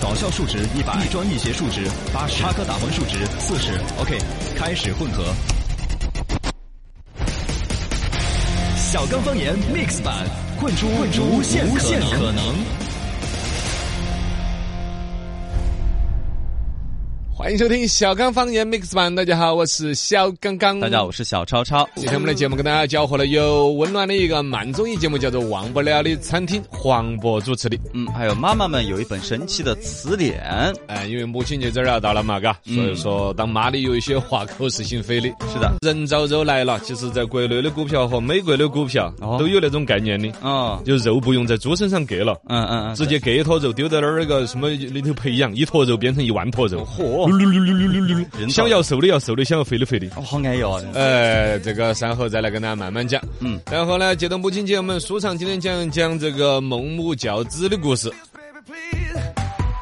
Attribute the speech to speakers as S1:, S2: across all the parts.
S1: 搞笑数值一百，一砖一斜数值八十，插科打诨数值四十。OK，开始混合。小刚方言 mix 版，混出混出无限可能。
S2: 欢迎收听小刚方言 Mix 版，大家好，我是小刚刚。
S3: 大家好，我是小超超。
S2: 今天我们的节目跟大家交合了有温暖的一个慢综艺节目，叫做《忘不了的餐厅》，黄渤主持的。
S3: 嗯，还有妈妈们有一本神奇的词典，
S2: 哎，因为母亲节这儿要到了嘛，嘎，
S3: 嗯
S2: 所以说当妈的有一些话口是心非的。
S3: 是的，
S2: 人造肉来了，其实在国内的股票和美国的股票
S3: 哦
S2: 都有那种概念的，
S3: 哦，
S2: 就肉不用在猪身上割了。
S3: 嗯嗯嗯，
S2: 直接割一坨肉丢在那儿那个什么里头培养，一坨肉变成一万坨肉，
S3: 嚯，人造
S2: 想要瘦的要瘦的，想要肥的肥的。
S3: 哦好安逸哦，
S2: 呃，这个稍后再来跟大家慢慢讲。
S3: 嗯，
S2: 然后呢，接着母亲节，我们舒畅今天讲一讲这个孟母教子的故事。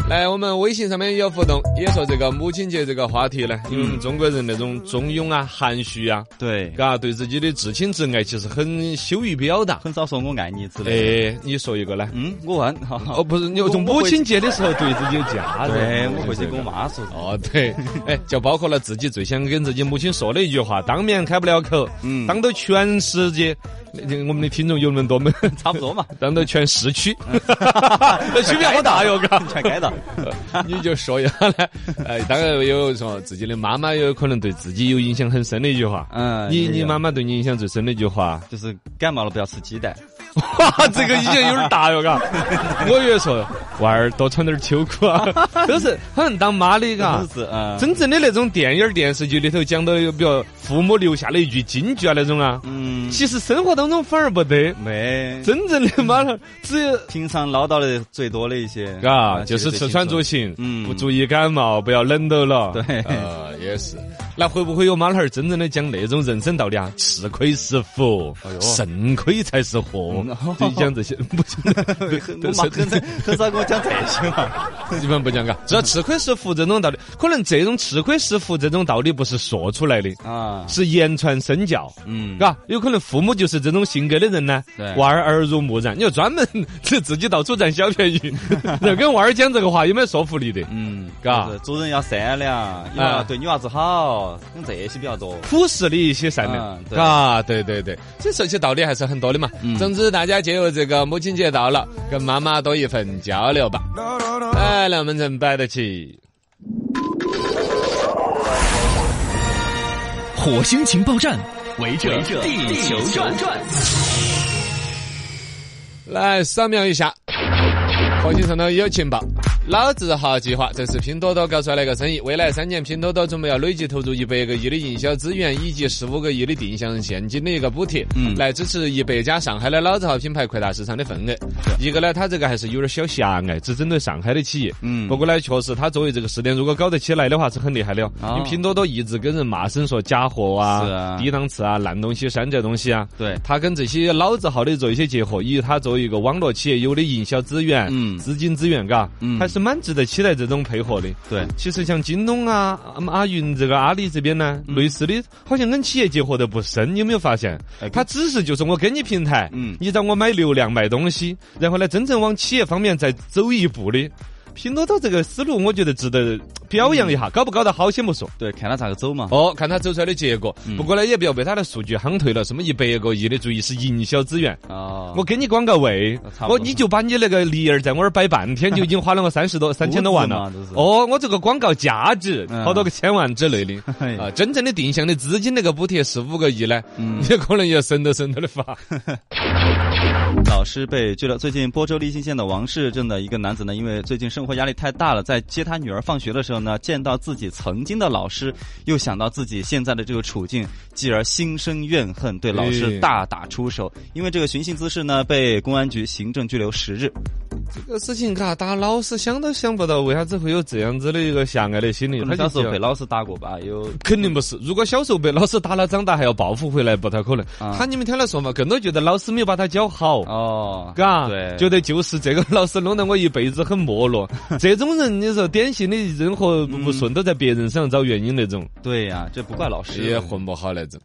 S2: 来，我们微信上面有互动，也说这个母亲节这个话题呢，
S3: 嗯
S2: 因为我们中国人那种中庸啊、含蓄啊，
S3: 对，
S2: 嘎，对自己的至亲至爱其实很羞于表达。
S3: 很少说我爱你之类的。
S2: 哎，你说一个呢？
S3: 嗯，我问，哈哈
S2: 哦，不是，你有种
S3: 我我
S2: 母
S3: 会
S2: 亲节的时候对自己有价值。
S3: 对，我回去跟我妈说说。
S2: 哦，对，哎，就包括了自己最想跟自己母亲说的一句话，当面开不了口，
S3: 嗯
S2: 当着全世界，那那我们的听众有那么多吗？
S3: 差不多嘛，
S2: 当着全 市区，那区别好大哟，嘎。
S3: 全该到。
S2: 你就说一下呢，哎，当然有说自己的妈妈有可能对自己有影响很深的一句话，
S3: 嗯
S2: 你
S3: 也有
S2: 你妈妈对你影响最深的一 句话，
S3: 就是感冒了不要吃鸡蛋，
S2: 哇，这个已经有点大哟，嘎。我以为说娃儿多穿点秋裤啊，都是好像当妈的，嘎
S3: 真。是嗯，
S2: 真正的那种电影儿、电视剧里头讲到，比如父母留下的一句金句啊那种啊，
S3: 嗯
S2: 其实生活当中反而不得。
S3: 没。
S2: 真正的妈了，只有
S3: 平常唠叨的最多的一些，
S2: 嘎，
S3: 啊
S2: 就是吃穿住。行，
S3: 嗯
S2: 不注意感冒，不要冷到了。
S3: 对
S2: 呃，也是。那会不会有妈老汉儿真正的讲那种人生道理啊？吃亏是福，肾亏才是祸
S3: 嗯哦。
S2: 就讲这些，不
S3: 最
S2: 是
S3: 近
S2: 都
S3: 做我妈
S2: 是
S3: 很少很少跟我讲这些嘛。
S2: 基本不讲嘎。只要吃亏是福这种道理，可能这种吃亏是福这种道理不是说出来的，
S3: 啊，
S2: 是言传身教。
S3: 嗯，
S2: 嘎，有可能父母就是这种性格的人呢
S3: 对，
S2: 娃儿耳濡目染，你就专门 自自己到处占小便宜， 然后跟娃儿讲这个话有没有说服力的？
S3: 嗯，
S2: 嘎
S3: 就是做人要善良，你要
S2: 嗯
S3: 对女娃子好，跟这些比较多。
S2: 朴实的一些善良
S3: 嗯，对嗯
S2: 嘎，对对对，这说起道理还是很多的嘛。总之，大家借由这个母亲节到了，跟妈妈多一份交流吧。哎，龙门阵摆得起。
S1: 火星情报站，围着地球转。
S2: 来扫描一下，火星上头有情报。老字号计划，这是拼多多搞出来的一个生意。未来三年，拼多多准备要累计投入一百个亿的营销资源以及十五个亿的定向现金的一个补贴，
S3: 嗯
S2: 来支持一百家上海的老字号品牌扩大市场的份额。一个呢，它这个还是有点小狭隘，只针对上海的企业。
S3: 嗯
S2: 不过呢，确实它作为这个试点，如果搞得起来的话，是很厉害的哦。
S3: 哦
S2: 因为拼多多一直跟人骂声说假货啊、
S3: 是啊
S2: 低档次啊、烂东西、山寨东西啊。
S3: 对
S2: 它跟这些老字号的做一些结合，以它作为一个网络企业有的营销资源、
S3: 嗯
S2: 资金资源，嘎，
S3: 嗯
S2: 还是蛮值得期待这种配合的。
S3: 对，
S2: 其实像京东啊、嗯阿云这个阿里这边呢，
S3: 嗯
S2: 类似的，好像跟企业结合的不深，你有没有发现
S3: 哎？
S2: 它只是就是我给你平台，
S3: 嗯
S2: 你让我买流量卖东西，然后呢，真正往企业方面再走一步的。拼多多这个思路，我觉得值得表扬一
S3: 嗯
S2: 下，搞不搞得好先不说。
S3: 对，看他咋个走嘛。
S2: 哦，看他走出来的结果。
S3: 嗯
S2: 不过呢，也不要被他的数据夯退了。什么一百个亿的，注意是营销资源。
S3: 哦，
S2: 我给你广告位
S3: 啊差，不多
S2: 我你就把你那个梨儿在我这儿摆半天，就已经花了我三十多、三千多万了
S3: 嘛都是。
S2: 哦，我这个广告价值
S3: 嗯哎
S2: 好多个千万之类的
S3: 嘿
S2: 啊，真正的定向的资金那个补贴十五个亿呢，
S3: 嗯
S2: 也可能要省都省到 的发。
S3: 老师被拘了。最近播州利庆县的王市镇的一个男子呢，因为最近生活压力太大了，在接他女儿放学的时候呢，见到自己曾经的老师，又想到自己现在的这个处境，继而心生怨恨，对老师
S2: 哎
S3: 大打出手。因为这个寻衅滋事呢，被公安局行政拘留十日。
S2: 这个事情嘎，打老师想都想不到，为啥子会有这样子的一个狭隘的心理？
S3: 可
S2: 他
S3: 能小时
S2: 就
S3: 候被老师打过吧，有
S2: 肯定不是。如果小时候被老师打了，长大还要报复回来，不太可能。
S3: 啊
S2: 他你们听他说嘛，更多觉得老师没有把他教好。
S3: 哦，
S2: 嘎，
S3: 对，
S2: 觉得就是这个老师弄得我一辈子很没落。这种人，你说典型的任何不
S3: 嗯
S2: 不顺都在别人身上找原因那种，
S3: 对呀、这不怪老师。
S2: 也混不好那种。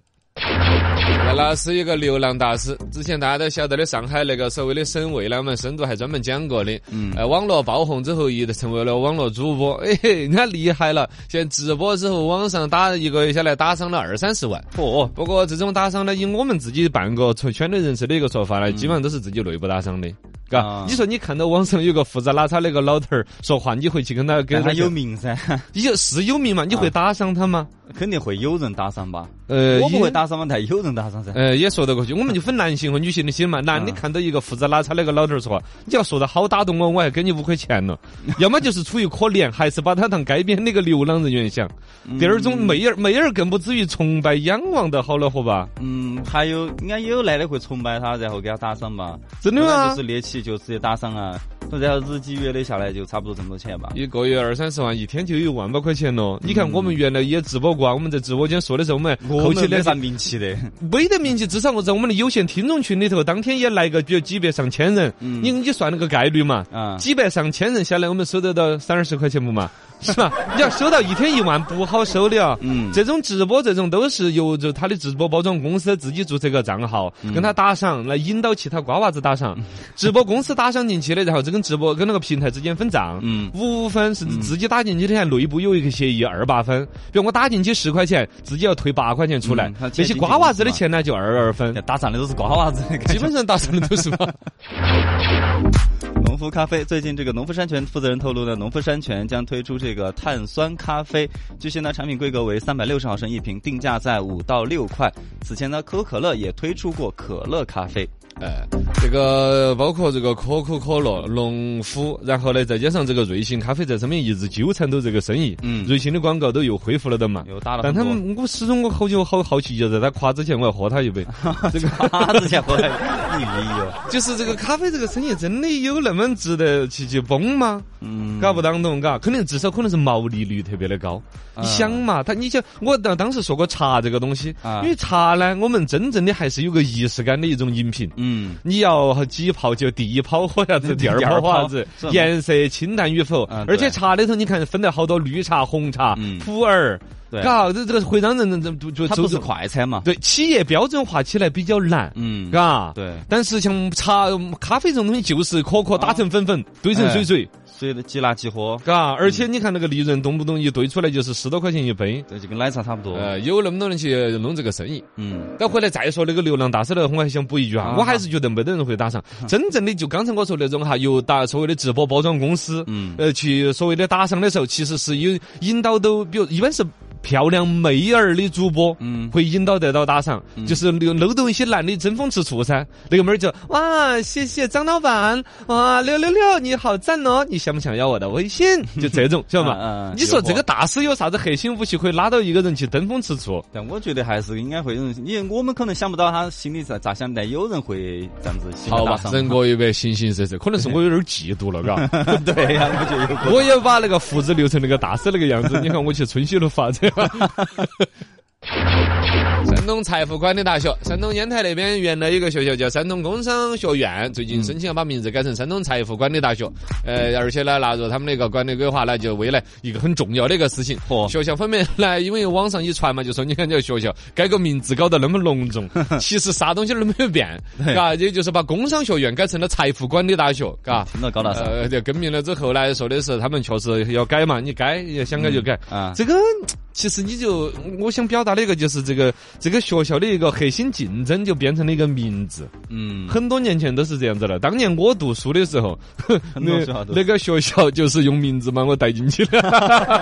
S2: 那老师有个流浪大师，之前大家都晓得的，上海那个所谓的省卫呢，我们深度还专门讲过的。
S3: 嗯
S2: 呃，网络爆红之后，一成为了网络主播，哎嘿，人家厉害了。现在直播之后，网上打一个月下来打赏了二三十万。
S3: 哦，
S2: 不过这种打赏呢，以我们自己半个圈圈内人士的一个说法呢，基本上都是自己内部打赏的。嘎、
S3: 嗯啊
S2: 你说你看到网上有个胡子拉碴那个老头儿说话，你会去跟他跟
S3: 跟
S2: 他
S3: 他有，啊名 噻，
S2: 你就是有名嘛？你会打赏他吗？
S3: 肯定会有人打赏吧？
S2: 呃，
S3: 我不
S2: 也
S3: 会打赏嘛，但有人打赏噻。
S2: 呃，也说得过去。我们就分男性和女性的心嘛。男的
S3: 嗯
S2: 看到一个胡子拉碴那个老头儿说话，你要说的好打动我，我还给你五块钱 呢。要么就是出于可怜，还是把他当街边那个流浪人员想。
S3: 嗯
S2: 第二种，妹儿妹儿更不至于崇拜仰望的好了，伙吧？
S3: 嗯，还有应该也有男的会崇拜他，然后给他打赏吧。
S2: 真的
S3: 不然
S2: 吗
S3: 就是？猎奇就直接打赏啊，然后日积月累下来就差不多这么多钱吧。
S2: 一个月二三十万，一天就有万把块钱咯。你
S3: 嗯
S2: 看，我们原来也直播过啊，我们在直播间说的时候，我们后
S3: 后
S2: 期
S3: 期
S2: 那
S3: 没
S2: 个
S3: 啥名气的，
S2: 没得名气，至少我在我们的有限听众群里头，当天也来个就几百上千人，
S3: 嗯
S2: 你你算那个概率嘛？
S3: 啊，
S2: 几百上千人下来，我们收得到三十块钱不嘛？ 是吧？你要收到一天一万，不好收的啊。
S3: 嗯，
S2: 这种直播，这种都是由就他的直播包装公司自己注册个账号，
S3: 嗯
S2: 跟他打赏，来引导其他瓜娃子打赏。直播公司打赏进去的，然后这跟直播跟那个平台之间分账。
S3: 嗯
S2: 五分是自己打进去的，还内部有一个协议二八分。比如我打进去十块钱，自己要退八块钱出来
S3: 嗯他。
S2: 这
S3: 钱进
S2: 些
S3: 去
S2: 瓜娃子的
S3: 嘛
S2: 钱呢，就二二 分。
S3: 打嗯赏的都是瓜娃子的感觉。
S2: 基本上打赏的都是吧。
S3: 农夫咖啡最近，这个农夫山泉负责人透露呢，农夫山泉将推出这个碳酸咖啡。据悉呢，产品规格为三百六十毫升一瓶，定价在五到六块。此前呢，可口可乐也推出过可乐咖啡。
S2: 哎，这个包括这个可口可乐、农夫，然后呢，再加上这个瑞幸咖啡在上面一直纠缠着这个生意。
S3: 嗯
S2: 瑞幸的广告都又恢复了的嘛。
S3: 又打了
S2: 但
S3: 很
S2: 他
S3: 多。
S2: 们，我始终我好久好好奇，就在他垮之前，我要喝他 一杯。这个
S3: 他之前喝的，哎呦，
S2: 就是这个咖啡这个生意，真的有那么值得去去崩吗？
S3: 嗯，
S2: 搞不当懂，嘎，肯定至少可能是毛利率特别的高。
S3: 啊
S2: 你想嘛，他你想，我当当时说过茶这个东西，
S3: 啊
S2: 因为茶呢，我们真正的还是有个仪式感的一种饮品。
S3: 嗯，
S2: 你要几泡就第一泡喝啥子，第二泡喝啥子
S3: 是，吗
S2: 颜色清淡与否
S3: 啊，对
S2: 而且茶里头你看分了好多绿茶、红茶
S3: 嗯、
S2: 普洱，
S3: 对
S2: 嘎，这这个会让人就就
S3: 它不是
S2: 走
S3: 快餐嘛？
S2: 对企业标准化起来比较难，
S3: 嗯，
S2: 嘎。
S3: 对，
S2: 但是像茶、嗯咖啡这种东西，就是可可打成粉粉，兑成水水，
S3: 所以呢即拿即喝，
S2: 嘎。而且你看那个利润，动不动一兑出来就是十多块钱一杯，
S3: 对，就跟奶茶差不多。
S2: 呃，有那么多人去弄这个生意。
S3: 嗯，
S2: 等回来再说那个流浪大师那，我还想补一句啊
S3: 啊，
S2: 我还是觉得没得人会打赏。真正的就刚才我说那种哈，由打所谓的直播包装公司，
S3: 嗯
S2: 呃，去所谓的打赏的时候，其实是有引导都，比如一般是漂亮妹儿的主播，
S3: 嗯
S2: 会引导得到打赏，就是搂搂到一些男的争风吃醋噻。那个妹儿就哇，谢谢张老板，哇六六六，你好赞哦，你想不想要我的微信？就 这种，晓
S3: 嗯
S2: 得吗
S3: 嗯？
S2: 你说
S3: 有货
S2: 这个大师有啥子核心武器可以拉到一个人去争风吃醋？
S3: 但我觉得还是应该会有人，因为我们可能想不到他心里咋咋想，但有人会这样子心里
S2: 好
S3: 打
S2: 吧
S3: 赏，
S2: 人各有别，形形色色，可能是我有点嫉妒了，嘎。
S3: 对呀、我觉得有可 能。
S2: 我也把那个胡子留成那个大师那个样子，你看我去春熙路发展。山东财富管理大学，山东烟台那边原来有个学校叫山东工商学院，最近申请要把名字改成山东财富管理大学。呃，而且呢，纳入他们那个管理规划呢，就未来一个很重要的一个事情。
S3: 嚯
S2: 学校方面呢，因为网上一传嘛，就说你看这个学校改个名字搞得那么隆重，其实啥东西都没有变，嘎，也就是把工商学院改成了财富管理大学，嘎。
S3: 听到高大上，
S2: 呃，就更名了之后呢，说的是他们确实要改嘛，你改也想改就改。
S3: 啊
S2: 这个其实你就我想表达的一个就是这个这个学校的一个核心竞争就变成了一个名字。
S3: 嗯，
S2: 很多年前都是这样子的，当年我读书的时候，呵
S3: 很多学校
S2: 那
S3: 都
S2: 那个学校就是用名字把我带进去的。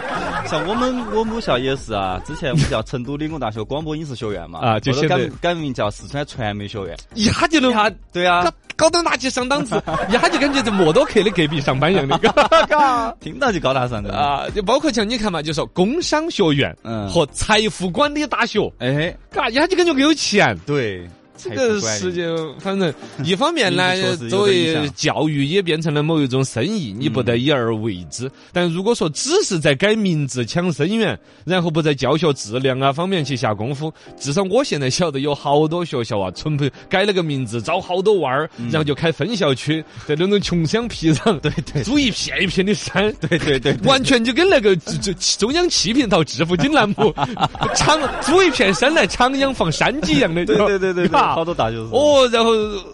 S3: 像我们我母校也是啊，之前我们叫成都理工大学广播影视学院嘛，
S2: 啊就
S3: 后头
S2: 现在
S3: 改改名叫四川传媒学院，
S2: 一 下就能
S3: 他对啊
S2: 搞，搞到拿起上档次，一下就感觉在默多克的隔壁上班一样的。 嘎
S3: 听到就高大上的，
S2: 啊，就包括像你看嘛，就说工商学院
S3: 嗯
S2: 和财富管理大学。
S3: 哎，
S2: 嘎，一下就感觉更有钱。
S3: 对，
S2: 这
S3: 才
S2: 个
S3: 不怪你
S2: 世界，反正一方面呢
S3: 你说是，有
S2: 作
S3: 点
S2: 为
S3: 影响
S2: 教育也变成了某一种生意，你不得已而为之。但如果说只是在改名字、抢生源，然后不在教学质量啊方面去下功夫，至少我现在晓得有好多学校啊，纯粹改了个名字，招好多娃儿，然后就开分校区，在那种穷乡僻壤，对对，租一片一片的山，对
S3: 对对对
S2: 完全就跟那个就就中央七频道致富经栏目 长租一片山来徜徉放山鸡一样的，
S3: 对对对对 对，
S2: 吧
S3: 好多打就是。
S2: 哦，然后，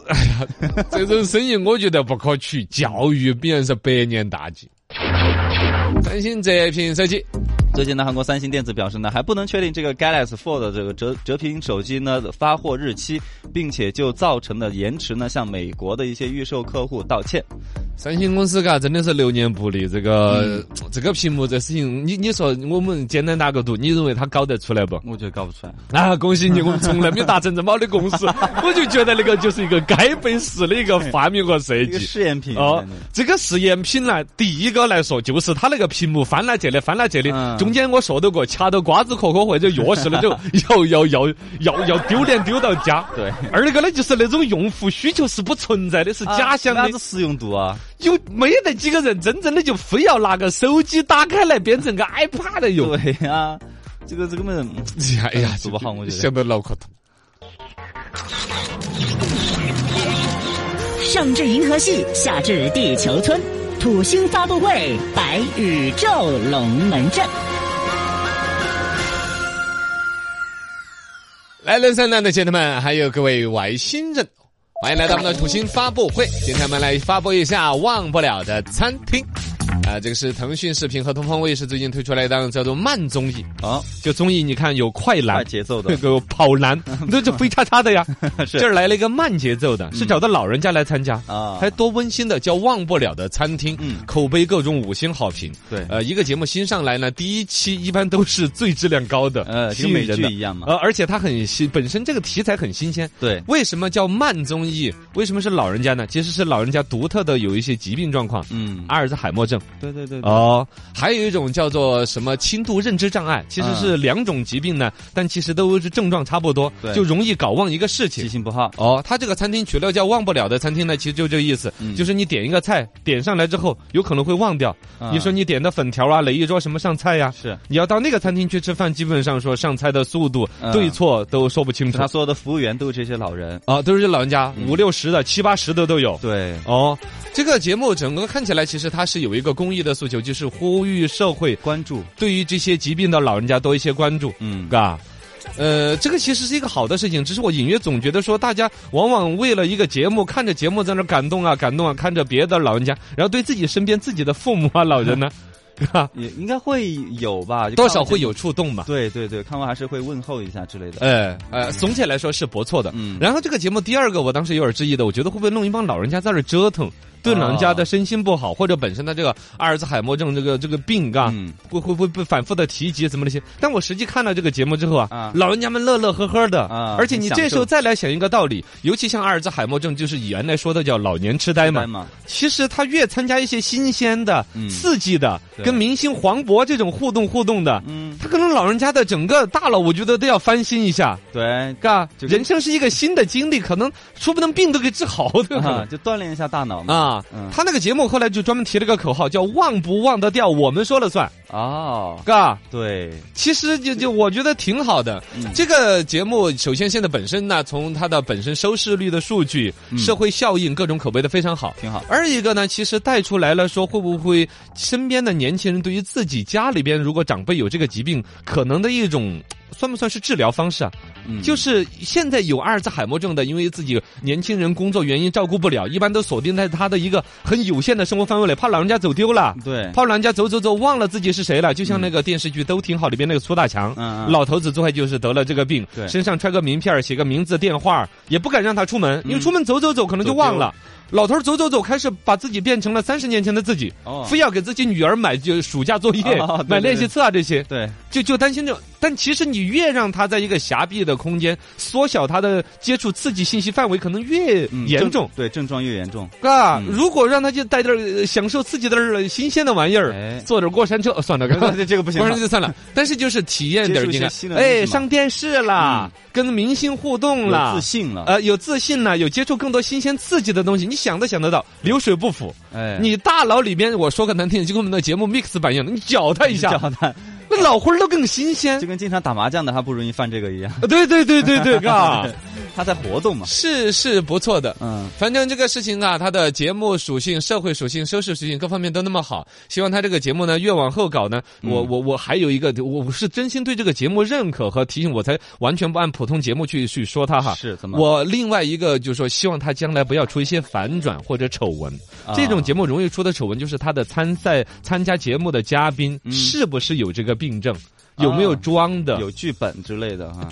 S2: 哎呀，这种生意我觉得不可取，教育必然是百年大计。三星折屏手机，
S3: 最近呢，韩国三星电子表示呢，还不能确定这个 Galaxy Fold 的这个折折屏手机呢的发货日期，并且就造成的延迟呢，向美国的一些预售客户道歉。
S2: 三星公司嘎真的是流年不利。这个、
S3: 嗯
S2: 这个屏幕这事情，你你说我们简单打个赌，你认为他搞得出来不？
S3: 我觉得搞不出来。
S2: 啊，恭喜你，我们从来没达成这么好的共 识。我就觉得那个就是一个该被试的一个发明和设
S3: 一个
S2: 计。
S3: 试验品
S2: 哦，这个试验品呢，第一个来说就是它那个屏幕翻来这里，翻来这里，
S3: 嗯
S2: 中间我说到过，卡到瓜子壳壳或者钥匙那种，要要要要要丢脸丢到家。
S3: 对
S2: 二个呢，就是那种用户需求是不存在的，是假想
S3: 啥
S2: 的
S3: 子，实用度啊？
S2: 有没得几个人真正的就非要拿个手机打开来变成个 iPad 来用？
S3: 啊对呀、这个这嗯个门
S2: 哎呀，
S3: 做不好我觉得
S2: 想到脑壳痛。
S4: 上至银河系，下至地球村，土星发布会，摆宇宙龙门阵。
S2: 来人三南的姐妹们，还有各位外星人，欢迎来到我们的土星发布会。今天我们来发布一下忘不了的餐厅。啊、这个是腾讯视频和东方卫视最近推出来一档叫做慢综艺，
S3: 啊，
S2: 就综艺你看有快
S3: 快
S2: 男。
S3: 节奏
S2: 那
S3: 的，
S2: 个跑男，那就飞叉叉的呀。
S3: 是
S2: 这儿来了一个慢节奏的，是找的老人家来参加
S3: 嗯啊
S2: 还多温馨的，叫忘不了的餐厅，
S3: 嗯
S2: 口碑各种五星好评。
S3: 对
S2: 呃，一个节目新上来呢，第一期一般都是最质量高的，
S3: 呃，
S2: 吸
S3: 跟
S2: 引
S3: 美
S2: 人
S3: 剧
S2: 的
S3: 一样嘛。
S2: 呃，而且它很新，本身这个题材很新鲜。
S3: 对，
S2: 为什么叫慢综艺？为什么是老人家呢？其实是老人家独特的有一些疾病状况，
S3: 嗯，
S2: 阿尔兹海默症
S3: 对对对，
S2: 哦，还有一种叫做什么轻度认知障碍，其
S3: 嗯
S2: 实是两种疾病呢，但其实都是症状差不多
S3: 对，
S2: 就容易搞忘一个事
S3: 记
S2: 情。
S3: 性不好，
S2: 哦，他这个餐厅取了叫忘不了的餐厅呢，其实就这个意思，
S3: 嗯
S2: 就是你点一个菜，点上来之后有可能会忘掉。
S3: 啊
S2: 你说你点的粉条啊、雷一桌什么上菜呀、
S3: 是。
S2: 你要到那个餐厅去吃饭，基本上说上菜的速度、
S3: 嗯
S2: 对错都说不清楚
S3: 他。所有的服务员都是这些老人，
S2: 啊，都是老人家，五六十的、七八十的都有。
S3: 对，
S2: 哦，这个节目整个看起来，其实它是有一个公益的诉求，就是呼吁社会
S3: 关注，
S2: 对于这些疾病的老人家多一些关注，
S3: 嗯，
S2: 嘎。呃，这个其实是一个好的事情，只是我隐约总觉得说，大家往往为了一个节目，看着节目在那儿感动啊感动啊，看着别的老人家，然后对自己身边自己的父母啊老人呢，啊，
S3: 也应该会有吧，就
S2: 多少会
S3: 有。
S2: 有触动嘛。
S3: 对对对，看完还是会问候一下之类的。
S2: 呃呃，总体来说是不错的。
S3: 嗯
S2: 然后这个节目第二个，我当时有点质疑的，我觉得会不会弄一帮老人家在那儿折腾，对老人家
S3: 啊
S2: 的身心不好，或者本身的这个阿尔兹海默症这个这个病啊，
S3: 嗯
S2: 会会会被反复的提及怎么那些？但我实际看到这个节目之后啊，
S3: 啊
S2: 老人家们乐乐呵呵的，
S3: 啊
S2: 而且
S3: 很
S2: 你
S3: 享
S2: 这时候
S3: 受
S2: 再来想一个道理，尤其像阿尔兹海默症，就是原来说的叫老年痴呆嘛
S3: 呆，嘛，
S2: 其实他越参加一些新鲜的、
S3: 嗯
S2: 刺激的，
S3: 对
S2: 跟明星黄渤这种互动互动的，
S3: 嗯
S2: 他可能老人家的整个大脑，我觉得都要翻新一下，
S3: 对，
S2: 嘎。
S3: 就跟
S2: 人生是一个新的经历，可能说不定病都给治好的。
S3: 啊就锻炼一下大脑嘛。
S2: 啊
S3: 嗯，
S2: 他那个节目后来就专门提了个口号，叫“忘不忘得掉，我们说了算”，
S3: 哦，
S2: 嘎。
S3: 对，
S2: 其实就就我觉得挺好的。
S3: 嗯
S2: 这个节目首先现在本身呢，从它的本身收视率的数据、
S3: 嗯
S2: 社会效应、各种口碑都非常好。
S3: 挺好。
S2: 二一个呢，其实带出来了，说会不会身边的年轻人对于自己家里边如果长辈有这个疾病，可能的一种。算不算是治疗方式啊？
S3: 嗯
S2: 就是现在有阿尔兹海默症的，因为自己年轻人工作原因照顾不了，一般都锁定在他的一个很有限的生活范围内，怕老人家走丢了。
S3: 对，
S2: 怕老人家走走走忘了自己是谁了，就像那个电视剧《都挺好》里边那个苏大强，
S3: 嗯嗯
S2: 老头子最后就是得了这个病，
S3: 对
S2: 身上揣个名片儿，写个名字、电话儿，也不敢让他出
S3: 嗯
S2: 门，因为出门走走走可能就忘了。老头儿走走走，开始把自己变成了三十年前的自己，
S3: 哦
S2: 非要给自己女儿买就暑假作业、
S3: 哦对
S2: 买练习册啊这些。
S3: 对，
S2: 就就担心这种，但其实你越让他在一个狭闭的空间，缩小他的接触刺激信息范围，可能越
S3: 嗯
S2: 严
S3: 症
S2: 重，
S3: 对症状越严重。
S2: 啊！
S3: 嗯
S2: 如果让他就带点儿呃享受刺激点儿新鲜的玩意儿
S3: 哎，
S2: 坐点儿过山车，呃 算了，刚刚
S3: 这这个不行
S2: 过
S3: 了
S2: 山车就算了。但是就是体验点儿，
S3: 接触一些
S2: 你看
S3: 新，的东西
S2: 哎，
S3: 嘛嗯
S2: 上电视啦，跟明星互动
S3: 有
S2: 啦
S3: 自，信了，
S2: 呃，有自信啦，有接触更多新鲜刺激的东西，你想都想得到，流水不腐。
S3: 哎，
S2: 呃你大脑里边，我说个难听，就跟我们的节目 mix 版一样，你搅它一
S3: 叫
S2: 下，
S3: 他，
S2: 那脑花儿都更新鲜
S3: 就。跟经常打麻将的他不容易犯这个一样，
S2: 呃对对对对对，
S3: 啊
S2: 嘎，
S3: 他在活动嘛，
S2: 是是不错的。
S3: 嗯，
S2: 反正这个事情啊，它的节目属性、社会属性、收视属性各方面都那么好，希望它这个节目呢越往后搞呢，我
S3: 嗯
S2: 我我还有一个，我我是真心对这个节目认可和提醒，我才完全不按普通节目去去说它哈。
S3: 是怎么
S2: 我另外一个就是说，希望它将来不要出一些反转或者丑闻。
S3: 啊
S2: 这种节目容易出的丑闻就是它的参赛参加节目的嘉宾
S3: 嗯
S2: 是不是有这个病症，有没有
S3: 啊
S2: 装的，
S3: 有剧本之类的哈，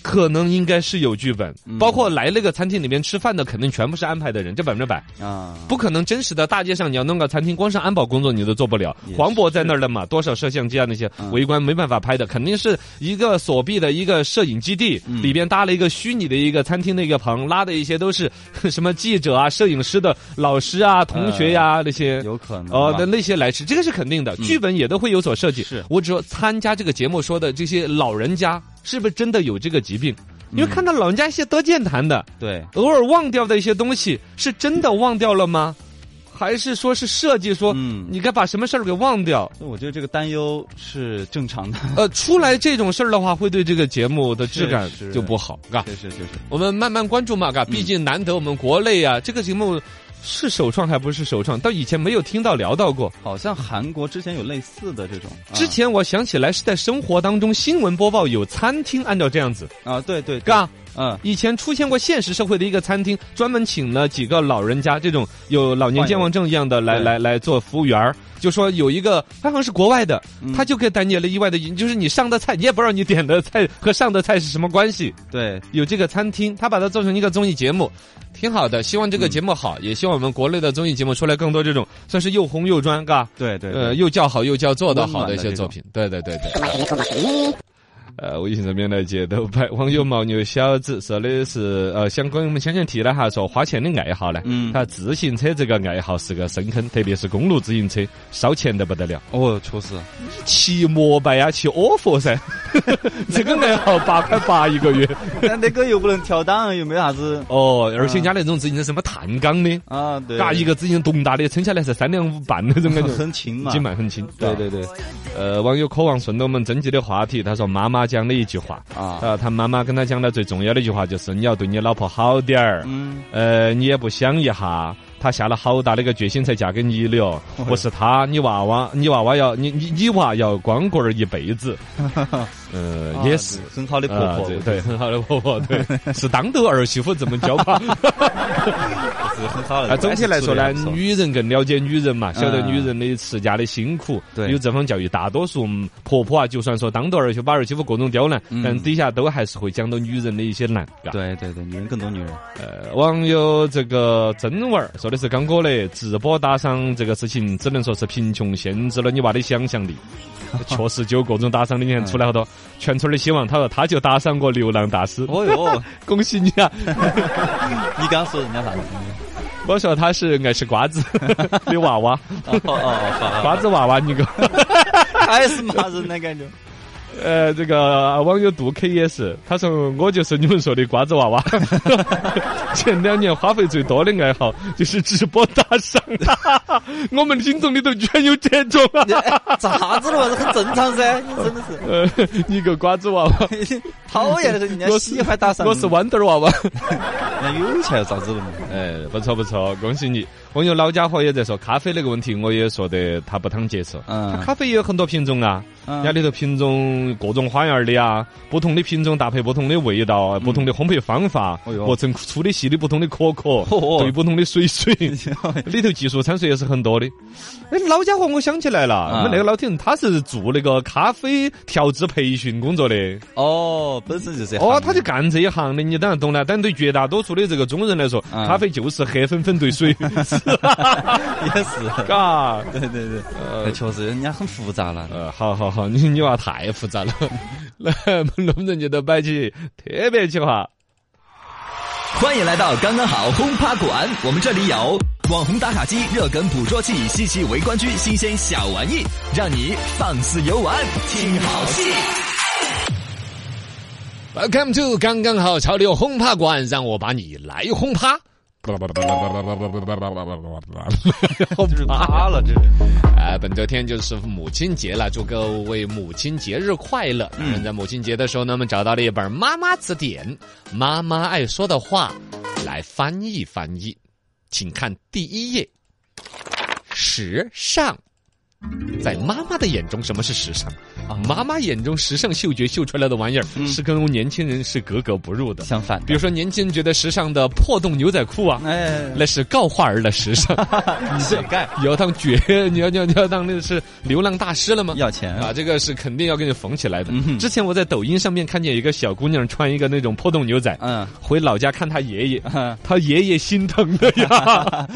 S2: 可能应该是有剧本，
S3: 嗯
S2: 包括来那个餐厅里面吃饭的，肯定全部是安排的人，这百分之百。
S3: 啊，
S2: 不可能真实的大街上你要弄个餐厅，光是安保工作你都做不了
S3: 也。是
S2: 黄渤在那儿了嘛，多少摄像机啊那些
S3: 嗯
S2: 围观没办法拍的，肯定是一个锁闭的一个摄影基地，
S3: 嗯
S2: 里边搭了一个虚拟的一个餐厅的一个棚，拉的一些都是 什么记者啊、摄影师的老师啊、同学呀、
S3: 呃
S2: 那些。
S3: 有可能
S2: 哦，那
S3: 嗯吧嗯
S2: 那些来吃，这个是肯定的，剧本也都会有所设计。
S3: 是
S2: 我只说参加这个节目说的这些老人家，是不是真的有这个疾病？
S3: 嗯
S2: 因为看到老人家一些多健谈的，
S3: 对，
S2: 偶尔忘掉的一些东西，是真的忘掉了吗？还是说是设计说、
S3: 嗯
S2: 你该把什么事儿给忘掉？
S3: 所以我觉得这个担忧是正常的，
S2: 呃，出来这种事儿的话，会对这个节目的质感
S3: 是是
S2: 就不好，嘎。
S3: 确实嗯确实，
S2: 我们慢慢关注嘛，嘎。毕竟难得我们国内啊，这个节目是首创还不是首创，到以前没有听到聊到过。
S3: 好像韩国之前有类似的这种，啊
S2: 之前我想起来是在生活当中新闻播报有餐厅按照这样子，
S3: 啊，对对，对
S2: 嘎。
S3: 嗯，
S2: 以前出现过现实社会的一个餐厅，专门请了几个老人家这种有老年健忘症一样的来
S3: 对
S2: 来来做服务员儿。就说有一个，他好像是国外的，
S3: 嗯
S2: 他就给带来了意外的影，就是你上的菜，你也不知道你点的菜和上的菜是什么关系。
S3: 对，
S2: 有这个餐厅，他把它做成一个综艺节目，挺好的。希望
S3: 嗯
S2: 这个节目好，也希望我们国内的综艺节目出来更多这种算是又红又专，嘎，
S3: 对对，
S2: 呃，
S3: 对
S2: 又叫好又叫做的
S3: 温
S2: 好
S3: 暖的
S2: 一些
S3: 这
S2: 作
S3: 种
S2: 品。对对对对。呃，微信这边来接豆白，网友牦牛小子说的是呃，想跟我们先前提了哈，说花钱的爱好呢，
S3: 嗯
S2: 他自行车这个爱好是个深坑，特别是公路自行车，烧钱的不得了。
S3: 哦，厨师，
S2: 骑摩拜呀，骑沃佛噻， 这个爱好八块八一个月。
S3: 但那个又不能调档，又没啥子
S2: 哦，而且人家那种自行车什么碳钢的，
S3: 啊，对，
S2: 嘎一个自行车咚哒的，撑下来是三两五半那种感 觉。
S3: 很勤嘛，
S2: 经脉很轻，
S3: 对对对，
S2: 呃，网友渴望顺着我们征集的话题，他说妈妈讲的一句话
S3: 啊
S2: 呃，他妈妈跟他讲的最重要的一句话就是你要对你老婆好点儿，
S3: 嗯，
S2: 呃，你也不想一下，她下了好大的一个决心才嫁给你 的哦，不是她，你娃娃，你娃娃要你你你娃要光棍儿一 辈子，呃，也是。
S3: 啊对很好的婆
S2: 啊
S3: 婆，
S2: 对对， 很好的婆婆，对，是当头儿媳妇这么教 吧？
S3: 是很好的。
S2: 啊，总体来说呢，
S3: 关系处理得
S2: 女人更了解女人嘛，晓得
S3: 嗯
S2: 女人的持家的辛苦。
S3: 对
S2: 有这方教育，大多数嗯婆婆啊，就算说当着儿媳妇把儿媳妇各种刁难，
S3: 嗯
S2: 但底下都还是会讲到女人的一些难。
S3: 不
S2: 嘎
S3: 错，对对对，女人更懂女人，
S2: 呃，网友这个真娃儿说的是刚哥的直播打赏这个事情，只能说是贫穷限制了你娃的想 象力。确实，就各种打赏的，你看出来好多全村的希望。他说他就打赏过流浪大师，
S3: 哦哟，
S2: 恭喜你啊！
S3: 你刚说人家 啥子？
S2: 我说他是爱吃 瓜子 的娃娃，
S3: 哦哦哦好，好
S2: 瓜子娃娃，你个。
S3: 还是骂人的感觉。
S2: 呃，这个网友杜 K 也是，他说我就是你们说的瓜子娃 娃。前两年花费最多的爱好就是直播打赏，啊 我们听众里头居然有这种啊！
S3: 哎咋子了嘛？这很正常 噻，你真的是
S2: 呃，你个瓜子娃娃，
S3: 讨厌的是人家
S2: 我是
S3: 喜欢打赏，
S2: 我是豌豆娃娃。
S3: 人家有钱又咋子了嘛？
S2: 哎，不错不错，恭喜你！网友老家伙也在说咖啡那个问题，我也说得他不当接受。
S3: 嗯
S2: 它咖啡也有很多品种啊，人
S3: 嗯
S2: 家里头品种各种花样儿的呀，不同的品种搭配不同的味道，不同的烘焙方法，
S3: 哦哟
S2: 磨成粗的细的，不同的壳壳
S3: 哦，
S2: 兑不同的水 水，里头技术参数也是很多的。啊哎，老家伙，我想起来了，我们那个老听他是做那个咖啡调制培训工作的，
S3: 哦，本身就这行
S2: 哦，他就干这一行的，你当然懂了。但对绝大多数的这个中国人来说，
S3: 嗯
S2: 咖啡就是黑粉粉兑水，是
S3: 也是，
S2: 嘎，
S3: 对对对，
S2: 呃
S3: 那确实人家很复杂了。
S2: 呃，好好好，你你娃太复杂了， 来，我们龙门阵都摆起特别企划。
S1: 欢迎来到刚刚好轰趴馆，我们这里有网红打卡机、热梗捕捉器、稀奇围观区、新鲜小玩意，让你放肆游玩，听好戏。
S2: Welcome to 刚刚好潮流轰趴馆，让我把你来轰 趴。
S3: 这是趴了，这是。
S2: 哎，本周天就是母亲节了，祝各位母亲节日快乐！当
S3: 嗯
S2: 然，在母亲节的时候呢，我们找到了一本《妈妈词典》，妈妈爱说的话，来翻译翻译，请看第一页。时尚，在妈妈的眼中，什么是时尚？啊，妈妈眼中时尚嗅觉嗅出来的玩意儿，
S3: 嗯
S2: 是跟年轻人是格格不入的。
S3: 相反的
S2: 比如说年轻人觉得时尚的破洞牛仔裤啊，
S3: 哎，
S2: 那是告化儿的时 尚。
S3: 乞丐
S2: 你要当爵，你要你要你要当那是流浪大师了吗？
S3: 要钱
S2: 啊，这个是肯定要给你缝起来的
S3: 嗯。哼
S2: 之前我在抖音上面看见一个小姑娘穿一个那种破洞牛仔，
S3: 嗯，
S2: 回老家看她爷爷，
S3: 啊
S2: 她爷爷心疼的 呀，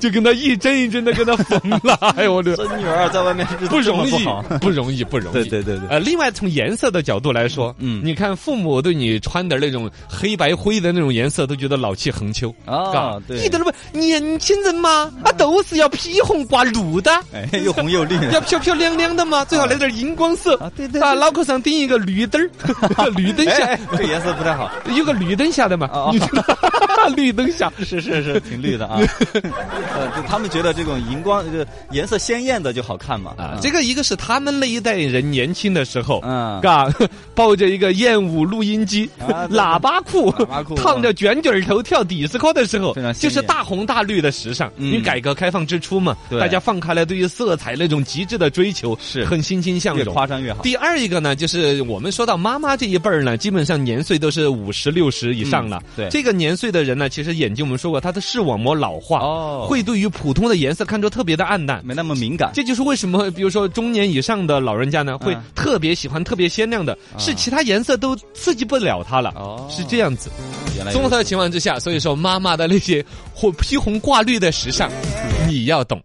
S2: 就跟她一针一针的跟她缝了。哎呦我的，
S3: 孙女儿在外面日子
S2: 不容易
S3: 这么不好，
S2: 不容易，不容
S3: 对
S2: 易。
S3: 对对对
S2: 呃，另外从颜色的角度来说，
S3: 嗯，
S2: 嗯你看父母对你穿的那种黑白灰的那种颜色，都觉得老气横秋
S3: 哦
S2: 嘎
S3: 对
S2: 一点都不年轻人嘛，啊，都是要披红挂绿的。
S3: 哎，又红又 绿，
S2: 要漂漂亮亮的嘛，最好来点荧光色
S3: 啊对对对
S2: 啊，脑壳上顶一个绿灯儿， 绿灯
S3: 哎
S2: 下
S3: 这颜色不太 好，
S2: 有个绿灯下的嘛
S3: 哦，
S2: 你知道 绿灯下
S3: 是是是，挺绿 的啊。呃，就他们觉得这种荧光、这个颜色鲜艳的就好看嘛。
S2: 啊
S3: 嗯，
S2: 这个一个是他们那一代人年轻的时候，
S3: 嗯
S2: 嘎，抱着一个燕舞录音机、
S3: 啊对
S2: 喇叭裤、
S3: 喇叭裤
S2: 烫着卷卷头跳迪斯科的时候
S3: 非常，鲜艳
S2: 就是大红大绿的时尚。
S3: 嗯
S2: 因为改革开放之初嘛，
S3: 对
S2: 大家放开了对于色彩那种极致的追求，
S3: 是
S2: 很欣欣向
S3: 越
S2: 荣。
S3: 夸张越好。
S2: 第二一个呢，就是我们说到妈妈这一辈儿呢，基本上年岁都是五十六十以上了。
S3: 嗯对
S2: 这个年岁的人呢，其实眼睛我们说过，他的视网膜老化，
S3: 哦
S2: 会对于普通的颜色看出特别的暗淡。
S3: 没那么敏感，
S2: 这就是为什么，比如说中年以上的老人家呢，会
S3: 嗯啊
S2: 特别喜欢特别鲜亮的，是其他颜色都刺激不了他了。
S3: 哦
S2: 是这样子。
S3: 原来
S2: 综合的情况之下，所以说妈妈的那些或披红挂绿的时尚，
S3: 嗯
S2: 你要懂。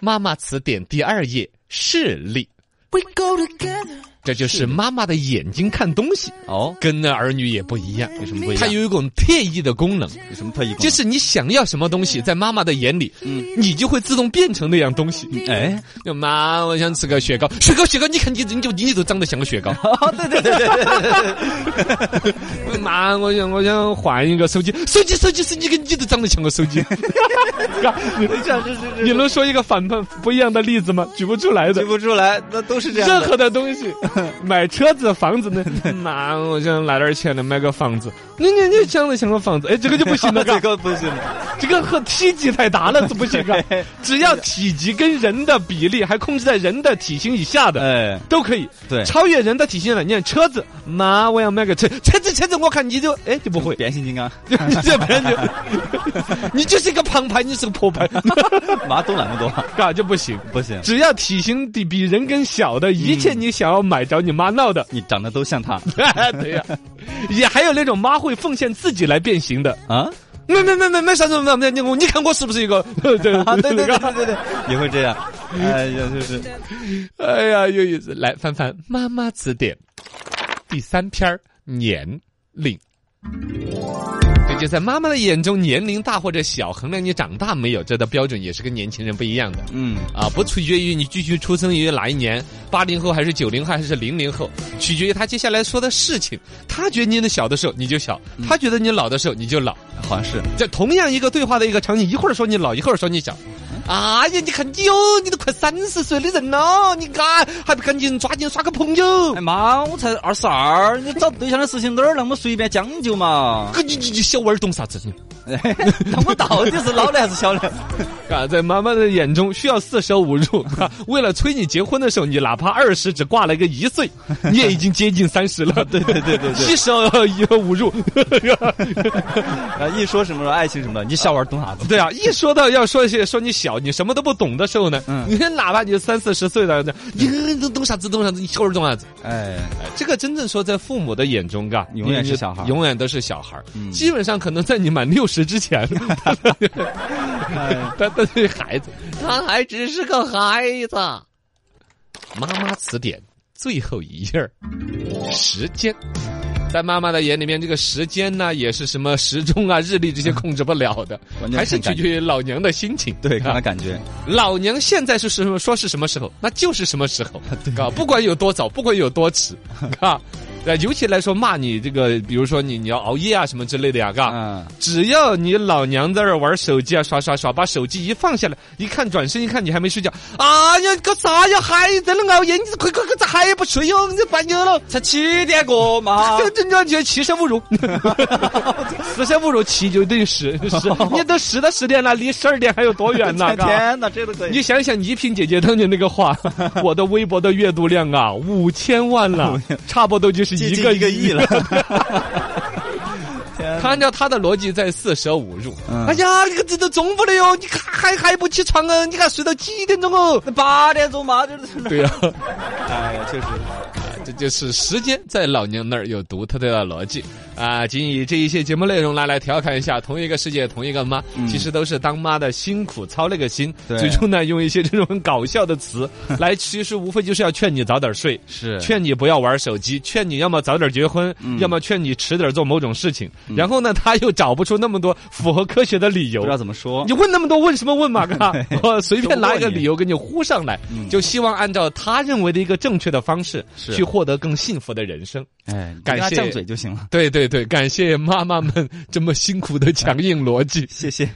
S2: 妈妈词典第二页视力，
S5: We go together.
S2: 这就是妈妈的眼睛看东西，
S3: 哦，
S2: 跟那儿女也不一样。
S3: 有什么不一
S2: 它
S3: 样？嗯
S2: 有一种特异的功能，
S3: 有什么特异功能？
S2: 就是你想要什么东
S3: 嗯
S2: 西，在妈妈的眼里，你就会自动变成那样东西。
S3: 哎，
S2: 就妈，我想吃个雪糕，雪糕，雪糕，你看你你就你就长得像个雪糕。
S3: 哦，对对对对对对
S2: 妈，我想我想换一个手机，手机手机手机，你都长得像个手机。 你
S3: 对，这是是
S2: 你能说一个反叛不一样的例子吗？举不出来的
S3: 记。不出来，那都是这样的。
S2: 任何的东西，买车子、房子呢？ 妈，我想拿点钱来买个房子。你你你长得像个房子， 哎，这个就不行了，
S3: 这
S2: 嘎，
S3: 个不行，
S2: 这个和体积太大了，这不行 啊。只要体积跟人的比例还控制在人的体型以下的，
S3: 哎，
S2: 都可以。
S3: 对
S2: 超越人的体型了。你看车子，妈，我要买个车，车子车子，我看你就哎就不会，
S3: 变形金刚，
S2: 这边就 你就是一个旁拍，你是个破 拍，
S3: 马懂那么多，
S2: 嘎就不行。
S3: 不行，
S2: 只要体型比比人更小的，一切你想要买找你妈闹的，
S3: 你长得都像他
S2: 对呀、也还有那种妈会奉献自己来变形的，
S3: 啊
S2: 没没没没没啥子没没，你我你看我是不是一个？ 对对
S3: 啊！对对对对对对，也会这样，哎呀，就是
S2: 哎呀，有意思！来翻翻《妈妈词典》第三篇儿年龄。这就在妈妈的眼中，年龄大或者小衡量你长大没有，这的标准也是跟年轻人不一样的
S3: 嗯，
S2: 啊！不取决于你继续出生于哪一年，八零后还是九零后还是零零后，取决于他接下来说的事情。他觉得你小的时候你就小，他觉得你老的时候你就老。
S3: 好像是
S2: 这同样一个对话的一个场景，一会儿说你老，一会儿说你小。哎呀，你看你哟，你都快三十岁的人了，你赶还不赶紧抓紧耍个朋友
S3: 哎？妈，我才二十二，你找对象的事情哪儿那么随便将就 嘛？
S2: 哥，你你你小娃儿懂啥子？
S3: 那我到底是老的还是小的？
S2: 啊，在妈妈的眼中，需要四舍五入、啊为了催你结婚的时候，你哪怕二十只挂了一个一岁，你也已经接近三十 了。对对对对对， 七舍五 入。
S3: 啊，一说什么爱情什么的，你小娃儿懂啥子？
S2: 对啊，一说到要说些说你小小，你什么都不懂的时候呢，
S3: 嗯
S2: 你哪怕你就三四十岁了，你你懂啥子懂啥子，一会儿懂啥子。
S3: 哎，
S2: 哎这个真正说在父母的眼中，嘎，
S3: 永远
S2: 你
S3: 是小孩儿
S2: 永远都是小孩儿
S3: 嗯
S2: 基本上可能在你满六十之前，他他他是孩子，他还只是个孩子。妈妈词典最后一页儿，时间。在妈妈的眼里面，这个时间呢，也是什么时钟啊、日历这些控制不了的
S3: 完全，嗯是
S2: 还是
S3: 看
S2: 取
S3: 感觉
S2: 决于老娘的心情。
S3: 对，看
S2: 啊
S3: 他感觉，
S2: 老娘现在是什么说是什么时候，那就是什么时 候，啊，不管有多早，不管有多迟，啊，呃，尤其来说骂你这个，比如说你你要熬夜啊什么之类的呀、嘎、
S3: 嗯，
S2: 只要你老娘在这儿玩手机啊刷刷刷，把手机一放下来，一看转身一看你还没睡觉，啊呀，搞啥呀，还在那熬夜，你快快快咋还不睡哟？你半夜了。
S3: 才七点过 嘛
S2: 这这这这骑射 侮辱，四舍五入七就等于十十，你都十到十点了，离十二点还有多远呢？嘎
S3: 天哪，这都可以。
S2: 你想想倪萍姐姐当年那 个话，我的微博的阅读量啊，五千万了，差不多就是
S3: 接
S2: 一
S3: 近
S2: 个
S3: 一个亿 了。天
S2: 他按照他的逻辑在四舍五入。
S3: 嗯
S2: 哎呀，这个这都中午了哟，你还还不起床啊？你看睡到几点钟哦？
S3: 八点钟嘛，这是
S2: 对呀、
S3: 哎呀，确实，
S2: 这就是时间在老娘那儿有独特的逻辑啊！仅以这一些节目内容拿来调侃一下，同一个世界，同一个妈，
S3: 嗯
S2: 其实都是当妈的辛苦操那个心。
S3: 对
S2: 最终呢，用一些这种很搞笑的 词来，其实无非就是要劝你早点睡，
S3: 是
S2: 劝你不要玩手机，劝你要么早点结婚，
S3: 嗯
S2: 要么劝你迟点做某种事情。然后呢，他又找不出那么多符合科学的理由
S3: 不知。道怎么说
S2: 你。问那么多问什么问嘛？ 嘎，我随便拿一个理由给你呼上来，
S3: 嗯
S2: 就希望按照他认为的一个正确的方式
S3: 是
S2: 去获得更幸福的人生。
S3: 哎，你
S2: 感
S3: 跟他
S2: 谢
S3: 犟嘴就行了，
S2: 对对对，感谢妈妈们这么辛苦的强硬逻辑。
S3: 谢谢。